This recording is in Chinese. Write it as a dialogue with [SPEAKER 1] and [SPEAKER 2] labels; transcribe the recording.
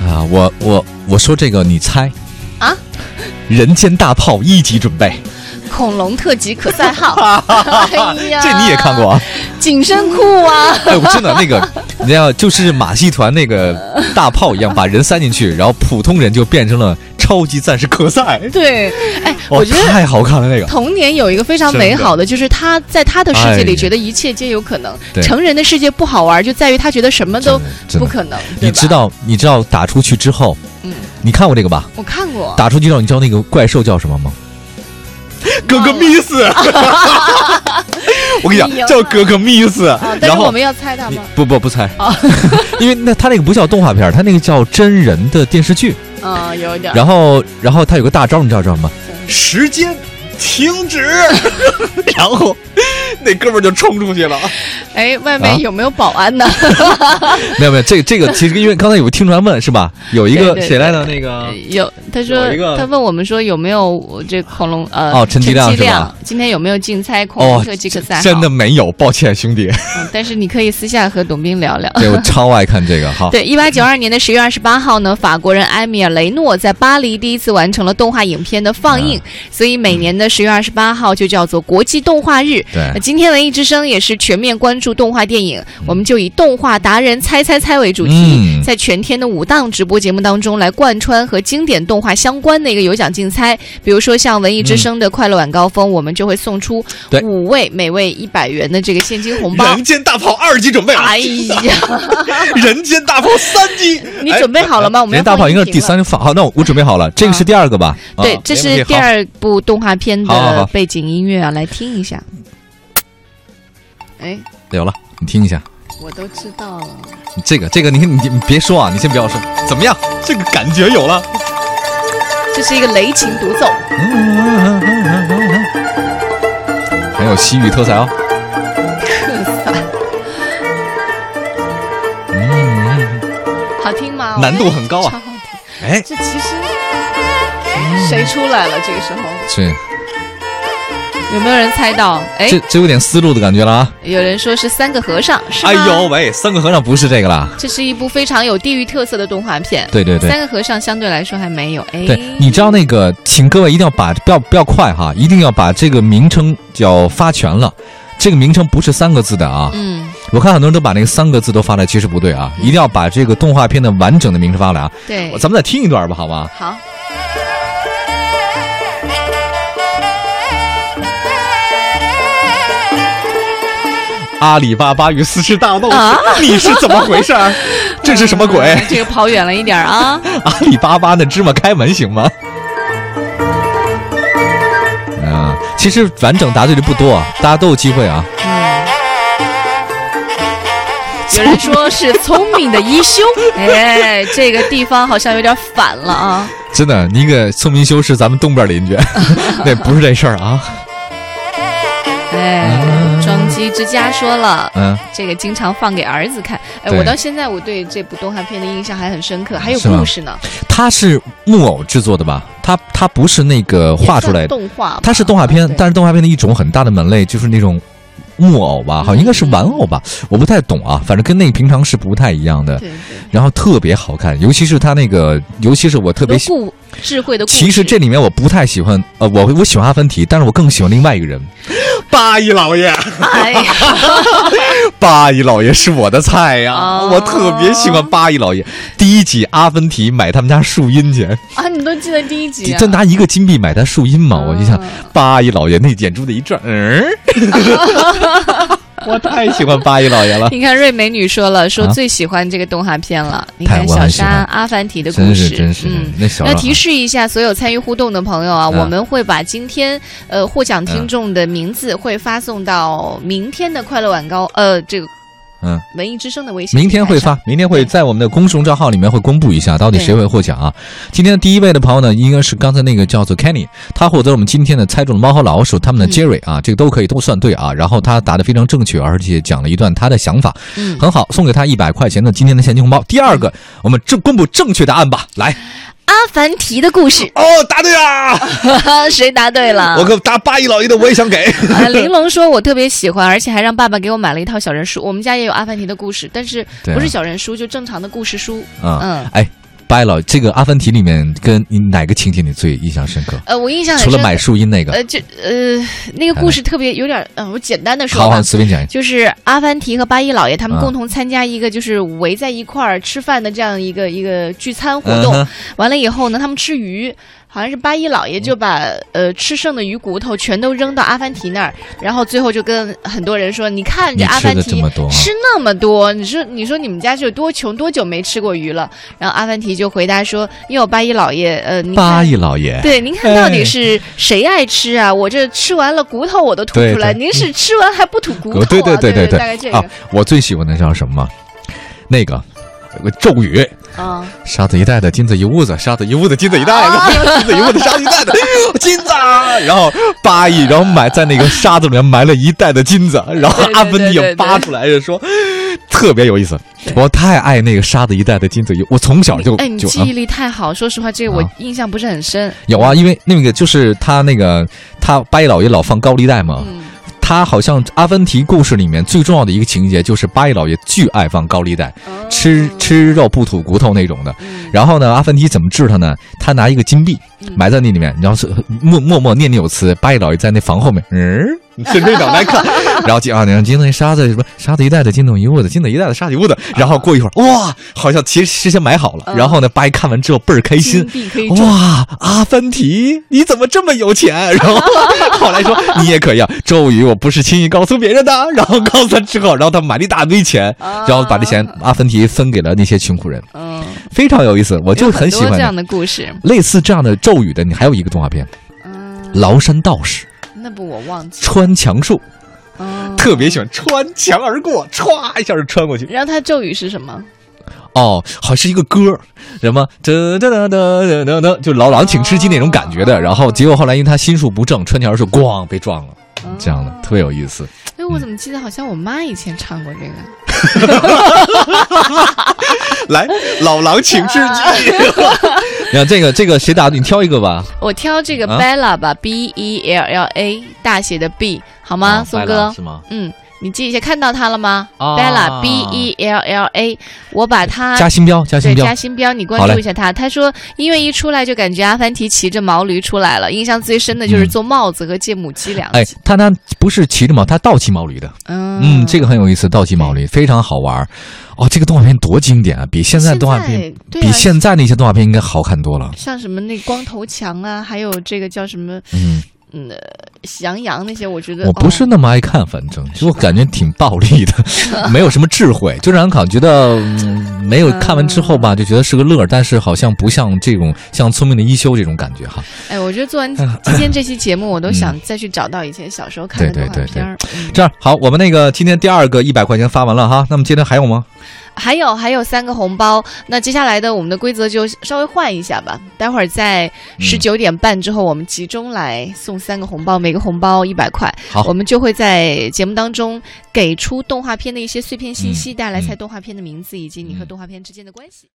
[SPEAKER 1] 啊，我我我说这个你猜
[SPEAKER 2] 啊？
[SPEAKER 1] 人间大炮一级准备，
[SPEAKER 2] 恐龙特级可赛号，哎 呀
[SPEAKER 1] 这你也看过？啊？
[SPEAKER 2] 紧身裤啊，
[SPEAKER 1] 哎，我真的那个，你知道，就是马戏团那个大炮一样，把人塞进去，然后普通人就变成了超级战士可赛。
[SPEAKER 2] 对，哎，
[SPEAKER 1] 哇，
[SPEAKER 2] 我觉得。
[SPEAKER 1] 太好看了那个。
[SPEAKER 2] 童年有一个非常美好的，就是他在他的世界
[SPEAKER 1] 哎
[SPEAKER 2] 里
[SPEAKER 1] 呀
[SPEAKER 2] 觉得一切皆有可能。
[SPEAKER 1] 对
[SPEAKER 2] 成人的世界不好玩，就在于他觉得什么都
[SPEAKER 1] 真的真的
[SPEAKER 2] 不可能，对
[SPEAKER 1] 你
[SPEAKER 2] 吧
[SPEAKER 1] 知？道，你知道打出去之后，
[SPEAKER 2] 嗯，
[SPEAKER 1] 你看过这个吧？
[SPEAKER 2] 我看过，
[SPEAKER 1] 打出去之后，你知道那个怪兽叫什么吗？哥哥密斯。 我跟你
[SPEAKER 2] 你
[SPEAKER 1] 讲，
[SPEAKER 2] 赢
[SPEAKER 1] 叫
[SPEAKER 2] 了
[SPEAKER 1] 哥哥密斯。
[SPEAKER 2] 啊，
[SPEAKER 1] 然
[SPEAKER 2] 但是我
[SPEAKER 1] 后
[SPEAKER 2] 们要猜他
[SPEAKER 1] 你
[SPEAKER 2] 吗？
[SPEAKER 1] 不不不猜
[SPEAKER 2] 啊，
[SPEAKER 1] 因为那他那个不叫动画片儿，他那个叫真人的电视剧。
[SPEAKER 2] 嗯，有一点。
[SPEAKER 1] 然后然后他有个大招，你知道叫什么吗？时间停止。然后那哥们儿就冲出去了。
[SPEAKER 2] 哎，外
[SPEAKER 1] 啊
[SPEAKER 2] 面有没有保安呢？
[SPEAKER 1] 没有没有，这个这个其实因为刚才有个听众来问是吧？有一个
[SPEAKER 2] 对对哎
[SPEAKER 1] 谁来的那个？
[SPEAKER 2] 有，他说
[SPEAKER 1] 有一个
[SPEAKER 2] 他问我们说有没有这恐龙呃
[SPEAKER 1] 哦陈其亮是吧
[SPEAKER 2] 今天有没有竞猜恐
[SPEAKER 1] 哦
[SPEAKER 2] 龙特技可赛？
[SPEAKER 1] 真的，没有，抱歉兄弟。
[SPEAKER 2] 嗯但是你可以私下和董斌聊聊。
[SPEAKER 1] 对我超爱看这个，好。
[SPEAKER 2] 对，一八九二年的十月二十八号呢，法国人埃米尔·雷诺在巴黎第一次完成了动画影片的放映，
[SPEAKER 1] 嗯
[SPEAKER 2] 所以每年的十月二十八号就叫做国际动画日。
[SPEAKER 1] 对
[SPEAKER 2] 那今天文艺之声也是全面关注动画电影，我们就以动画达人猜猜猜为主题，
[SPEAKER 1] 嗯
[SPEAKER 2] 在全天的五档直播节目当中来贯穿和经典动画相关的一个有奖竞猜。比如说像文艺之声的快乐晚高峰，我们就会送出
[SPEAKER 1] 对
[SPEAKER 2] 五位每位一百元的这个现金红包。
[SPEAKER 1] 间大炮二级准备
[SPEAKER 2] 哎呀，
[SPEAKER 1] 人间大炮三级，
[SPEAKER 2] 你准备好了吗？我们
[SPEAKER 1] 哎人间
[SPEAKER 2] 要
[SPEAKER 1] 大炮
[SPEAKER 2] 放
[SPEAKER 1] 应该
[SPEAKER 2] 音
[SPEAKER 1] 是
[SPEAKER 2] 频
[SPEAKER 1] 第
[SPEAKER 2] 了
[SPEAKER 1] 三发，好，那我我准备好了，这个是第二个吧？
[SPEAKER 2] 对
[SPEAKER 1] 啊，
[SPEAKER 2] 这
[SPEAKER 1] 没
[SPEAKER 2] 是
[SPEAKER 1] 问题
[SPEAKER 2] 第
[SPEAKER 1] 好
[SPEAKER 2] 二部动画片
[SPEAKER 1] 好好好
[SPEAKER 2] 的背景音乐啊，来听一下。哎，
[SPEAKER 1] 有了，你听一下
[SPEAKER 2] 我都知道了，
[SPEAKER 1] 这个，这个你你你别说啊，你先不要说，怎么样？这个感觉有了。
[SPEAKER 2] 这是一个雷琴独奏。
[SPEAKER 1] 很有西域特色哦。
[SPEAKER 2] 好听吗？
[SPEAKER 1] 难度很高啊
[SPEAKER 2] 超好听！
[SPEAKER 1] 哎，
[SPEAKER 2] 这其实谁出来了？这个时候
[SPEAKER 1] 这
[SPEAKER 2] 有没有人猜到？哎，
[SPEAKER 1] 这这有点思路的感觉了啊！
[SPEAKER 2] 有人说是三个和尚，是吗？
[SPEAKER 1] 哎呦，喂，三个和尚不是这个啦。
[SPEAKER 2] 这是一部非常有地域特色的动画片。
[SPEAKER 1] 对对对
[SPEAKER 2] 三个和尚相对来说还没有。哎，
[SPEAKER 1] 对，你知道那个，请各位一定要把不要不要快哈，一定要把这个名称叫发全了。这个名称不是三个字的啊，
[SPEAKER 2] 嗯，
[SPEAKER 1] 我看很多人都把那个三个字都发来，其实不对啊，一定要把这个动画片的完整的名称发来啊。
[SPEAKER 2] 对
[SPEAKER 1] 我，咱们再听一段吧，好吗？
[SPEAKER 2] 好。
[SPEAKER 1] 阿里巴巴与四十大盗，
[SPEAKER 2] 啊
[SPEAKER 1] 你是怎么回事 儿？这是什么鬼？
[SPEAKER 2] 这个跑远了一点儿啊。
[SPEAKER 1] 阿里巴巴的芝麻开门行吗？啊，其实完整答对的不多，啊，大家都有机会啊。
[SPEAKER 2] 有人说是聪明的一 休，哎，这个地方好像有点反了啊。
[SPEAKER 1] 真的，你给宋明修是咱们东边 邻居，那不是这事儿啊。
[SPEAKER 2] 哎，装机之家说了。
[SPEAKER 1] 嗯，
[SPEAKER 2] 这个经常放给儿子看，哎，
[SPEAKER 1] 对
[SPEAKER 2] 我到现在我对这部动画片的印象还很深刻，还有
[SPEAKER 1] 是吗
[SPEAKER 2] 故事呢，
[SPEAKER 1] 它是木偶制作的吧？它它不是那个画出来的，
[SPEAKER 2] 也算动画吧，
[SPEAKER 1] 它是动画片，
[SPEAKER 2] 对
[SPEAKER 1] 但是动画片的一种很大的门类就是那种木偶
[SPEAKER 2] 嗯
[SPEAKER 1] 吧，好像应该是玩偶吧，我不太懂啊，反正跟那个平常是不太一样的。
[SPEAKER 2] 对对，
[SPEAKER 1] 然后特别好看，尤其是它那个，尤其是我特
[SPEAKER 2] 很多
[SPEAKER 1] 别喜。
[SPEAKER 2] 故智慧的故事。
[SPEAKER 1] 其实这里面我不太喜欢，呃，我我喜欢阿凡提，但是我更喜欢另外一个人， 八一老爷。
[SPEAKER 2] 哎 呀，
[SPEAKER 1] 八一老爷是我的菜呀、
[SPEAKER 2] 哦
[SPEAKER 1] 我特别喜欢八一老爷。第一集阿凡提买他们家树荫去，
[SPEAKER 2] 啊，你都记得第一集、啊，
[SPEAKER 1] 就拿一个金币买他树荫嘛，我就想
[SPEAKER 2] 啊
[SPEAKER 1] 八一老爷那眼珠子一转， 嗯，我太喜欢八一老 爷了，
[SPEAKER 2] 你看，瑞美女说了，说
[SPEAKER 1] 啊
[SPEAKER 2] 最喜欢这个动画片了。你
[SPEAKER 1] 太
[SPEAKER 2] 看
[SPEAKER 1] 我
[SPEAKER 2] 小
[SPEAKER 1] 很喜
[SPEAKER 2] 沙、
[SPEAKER 1] 欢
[SPEAKER 2] 阿凡提的故
[SPEAKER 1] 真
[SPEAKER 2] 事，
[SPEAKER 1] 是真是
[SPEAKER 2] 嗯，。
[SPEAKER 1] 那小
[SPEAKER 2] 那
[SPEAKER 1] 老
[SPEAKER 2] 提示一下所有参与互动的朋友啊，
[SPEAKER 1] 嗯
[SPEAKER 2] 我们会把今天呃获奖听众的名字会发送到明天的快乐晚高呃这个
[SPEAKER 1] 嗯
[SPEAKER 2] 文艺之声的微信，
[SPEAKER 1] 明天会 发。，明天会在我们的公众账号里面会公布一下到底谁会获奖啊。今天第一位的朋友呢，应该是刚才那个叫做 Kenny，他获得了我们今天的猜中了猫和老鼠，他们的
[SPEAKER 2] 嗯
[SPEAKER 1] Jerry 啊，这个都可以都算对啊。然后他答得非常正确，而且讲了一段他的想法，
[SPEAKER 2] 嗯，
[SPEAKER 1] 很好，送给他一百块钱的今天的现金红包。第二个，我们正公布正确答案吧， 来
[SPEAKER 2] 阿凡提的故事，
[SPEAKER 1] 哦，答对
[SPEAKER 2] 啊
[SPEAKER 1] 啦！
[SPEAKER 2] 谁答 对了？
[SPEAKER 1] 可答八一老爷的我也想给。
[SPEAKER 2] 呃玲珑说，我特别喜欢，而且还让爸爸给我买了一套小人书。我们家也有阿凡提的故事，但是
[SPEAKER 1] 对啊
[SPEAKER 2] 不是小人书，就正常的故事书。
[SPEAKER 1] 啊
[SPEAKER 2] 嗯，
[SPEAKER 1] 哎，掰了。这个《阿凡提》里面跟你哪个情节你最印象深刻？
[SPEAKER 2] 呃，我印象很
[SPEAKER 1] 除
[SPEAKER 2] 深
[SPEAKER 1] 了买树荫那个，
[SPEAKER 2] 呃，就呃那个故事特别有点，嗯、我简单的说
[SPEAKER 1] 好
[SPEAKER 2] 吧
[SPEAKER 1] 好，随便讲一下。
[SPEAKER 2] 就是阿凡提和八一老爷他们
[SPEAKER 1] 啊
[SPEAKER 2] 共同参加一个就是围在一块儿吃饭的这样一个一个聚餐活
[SPEAKER 1] 嗯
[SPEAKER 2] 动。
[SPEAKER 1] 哼，
[SPEAKER 2] 完了以后呢，他们吃鱼，好像是八一老爷就把、呃吃剩的鱼骨头全都扔到阿凡提那儿，然后最后就跟很多人说：“你看
[SPEAKER 1] 你
[SPEAKER 2] 这阿
[SPEAKER 1] 吃
[SPEAKER 2] 凡
[SPEAKER 1] 的这
[SPEAKER 2] 提
[SPEAKER 1] 么多啊，
[SPEAKER 2] 吃那么多，你说你说你们家是有多穷，多久没吃过鱼了？”然后阿凡提就回答说：“因为我八一老爷，呃，您
[SPEAKER 1] 八
[SPEAKER 2] 看
[SPEAKER 1] 一老爷，
[SPEAKER 2] 对，您看到
[SPEAKER 1] 哎
[SPEAKER 2] 底是谁爱吃啊？我这吃完了骨头我都吐
[SPEAKER 1] 对
[SPEAKER 2] 出来，
[SPEAKER 1] 对
[SPEAKER 2] 您是吃完还不吐骨头
[SPEAKER 1] 哦
[SPEAKER 2] 啊？
[SPEAKER 1] 对对对
[SPEAKER 2] 对
[SPEAKER 1] 对对
[SPEAKER 2] 大概这
[SPEAKER 1] 啊
[SPEAKER 2] 个，
[SPEAKER 1] 我最喜欢的叫什么吗？那个。有个咒语，
[SPEAKER 2] 啊，
[SPEAKER 1] 沙子一袋的金子一屋子，沙子一屋子金子一袋的，
[SPEAKER 2] 哦
[SPEAKER 1] 金子一屋子沙子一袋的，金子啊！然后八亿，然后埋在那个沙子里面埋了一袋的金子，然后
[SPEAKER 2] 对对对
[SPEAKER 1] 阿芬尼
[SPEAKER 2] 对
[SPEAKER 1] 也
[SPEAKER 2] 对
[SPEAKER 1] 扒出来，就说特别有意思。我太爱那个沙子一袋的金子一，我从小就
[SPEAKER 2] 哎，你
[SPEAKER 1] 就
[SPEAKER 2] 记
[SPEAKER 1] 啊
[SPEAKER 2] 忆力太好，说实话，这个我
[SPEAKER 1] 啊
[SPEAKER 2] 印象不是很深。
[SPEAKER 1] 有啊，因为那个就是他那个他八一老爷老放高利贷嘛，
[SPEAKER 2] 嗯，
[SPEAKER 1] 他好像阿凡提故事里面最重要的一个情节就是八一老爷巨爱放高利贷，
[SPEAKER 2] 哦
[SPEAKER 1] 吃，吃肉不吐骨头那种的。
[SPEAKER 2] 嗯
[SPEAKER 1] 然后呢，阿凡提怎么治他呢？他拿一个金币
[SPEAKER 2] 嗯
[SPEAKER 1] 埋在那里面，然后是默默默念念有词。八一老爷在那房后面，嗯， 伸着脑袋看， 然后就啊，你看金子一沙子什么沙子一袋的金子一屋子，金子一袋的沙子一屋子。然后过一会儿，哇，好像其实事先买好了。
[SPEAKER 2] 啊嗯
[SPEAKER 1] 然后呢，八一看完之后倍儿开心
[SPEAKER 2] 金，币可以种
[SPEAKER 1] 哇，阿凡提，你怎么这么有 钱？然后后来说你也可以啊，咒语我不是轻易告诉别人的。然后告诉他之后，然后他买了一大堆钱，
[SPEAKER 2] 啊
[SPEAKER 1] 然后把这钱阿凡提分给了那些穷苦人，
[SPEAKER 2] 嗯，
[SPEAKER 1] 非常有意思，我就
[SPEAKER 2] 有
[SPEAKER 1] 很喜
[SPEAKER 2] 多这样
[SPEAKER 1] 欢。
[SPEAKER 2] 的故事。
[SPEAKER 1] 类似这样的咒语的，你还有一个动画片《
[SPEAKER 2] 嗯，
[SPEAKER 1] 崂山道士》，
[SPEAKER 2] 那部我忘记。
[SPEAKER 1] 穿墙术，
[SPEAKER 2] 嗯，
[SPEAKER 1] 特别喜欢穿墙而过，歘一下就穿过去。
[SPEAKER 2] 然后他咒语是什么？
[SPEAKER 1] 哦，好像是一个歌儿，什么噔噔噔噔噔噔，就老狼请吃鸡那种感觉
[SPEAKER 2] 哦
[SPEAKER 1] 的。然后结果后来因为他心术不正，穿墙的时候咣被撞了，
[SPEAKER 2] 哦
[SPEAKER 1] 这样的特别有意思。
[SPEAKER 2] 哎，我怎么记得好像我妈以前唱过这个？
[SPEAKER 1] 来，老狼请吃 鸡。然后这个这个谁答对？你挑一个吧。
[SPEAKER 2] 我挑这个
[SPEAKER 1] 啊
[SPEAKER 2] Bella 吧，B E L L A 大写的 B 好吗，
[SPEAKER 1] 哦
[SPEAKER 2] 松
[SPEAKER 1] 白
[SPEAKER 2] 哥
[SPEAKER 1] 狼？是吗？
[SPEAKER 2] 嗯，你记一下，看到它了吗、
[SPEAKER 1] 啊
[SPEAKER 2] b e l l a B E L L A，我把它
[SPEAKER 1] 加星标，加星
[SPEAKER 2] 对
[SPEAKER 1] 标
[SPEAKER 2] 加。星标，你
[SPEAKER 1] 好
[SPEAKER 2] 关
[SPEAKER 1] 嘞
[SPEAKER 2] 注一下它。他说音乐一出来就感觉阿凡提骑着毛驴出来了，印象最深的就是
[SPEAKER 1] 嗯
[SPEAKER 2] 做帽子和借母鸡两
[SPEAKER 1] 哎
[SPEAKER 2] 起。，
[SPEAKER 1] 他他不是骑着毛，他倒骑毛驴的。
[SPEAKER 2] 嗯
[SPEAKER 1] 嗯，这
[SPEAKER 2] 个
[SPEAKER 1] 个很有意思，倒骑毛驴非常好玩儿。哦，这个动画片多经典啊，比现在动画片，
[SPEAKER 2] 对啊
[SPEAKER 1] 比现在那些动画片应该好看多了。
[SPEAKER 2] 像什么那光头强啊，还有这个叫什么
[SPEAKER 1] 嗯。
[SPEAKER 2] 嗯呃喜羊羊那些，我觉得
[SPEAKER 1] 我不是
[SPEAKER 2] 哦
[SPEAKER 1] 那么爱看，反正就我感觉挺暴力 的，没有什么智慧，就让人感觉得、嗯、没有看完之后 吧，就觉得是个乐儿，但是好像不像这种像聪明的一休这种感觉哈。
[SPEAKER 2] 哎，我觉得做完今天这期节目，我都想再去找到以前小时候看的
[SPEAKER 1] 嗯对
[SPEAKER 2] 动
[SPEAKER 1] 对对
[SPEAKER 2] 画
[SPEAKER 1] 对
[SPEAKER 2] 片儿。嗯
[SPEAKER 1] 这样好，我们那个今天第二个一百块钱发完了哈，那么今天还有吗？
[SPEAKER 2] 还有还有三个红包，那接下来的我们的规则就稍微换一下吧。待会儿在
[SPEAKER 1] 嗯
[SPEAKER 2] 十九点半之后，我们集中来送三个红包，每个红包一百块。
[SPEAKER 1] 好
[SPEAKER 2] 我们就会在节目当中给出动画片的一些碎片信息，带来
[SPEAKER 1] 嗯
[SPEAKER 2] 猜动画片的名字以及你和
[SPEAKER 1] 嗯
[SPEAKER 2] 动画片之间的关系。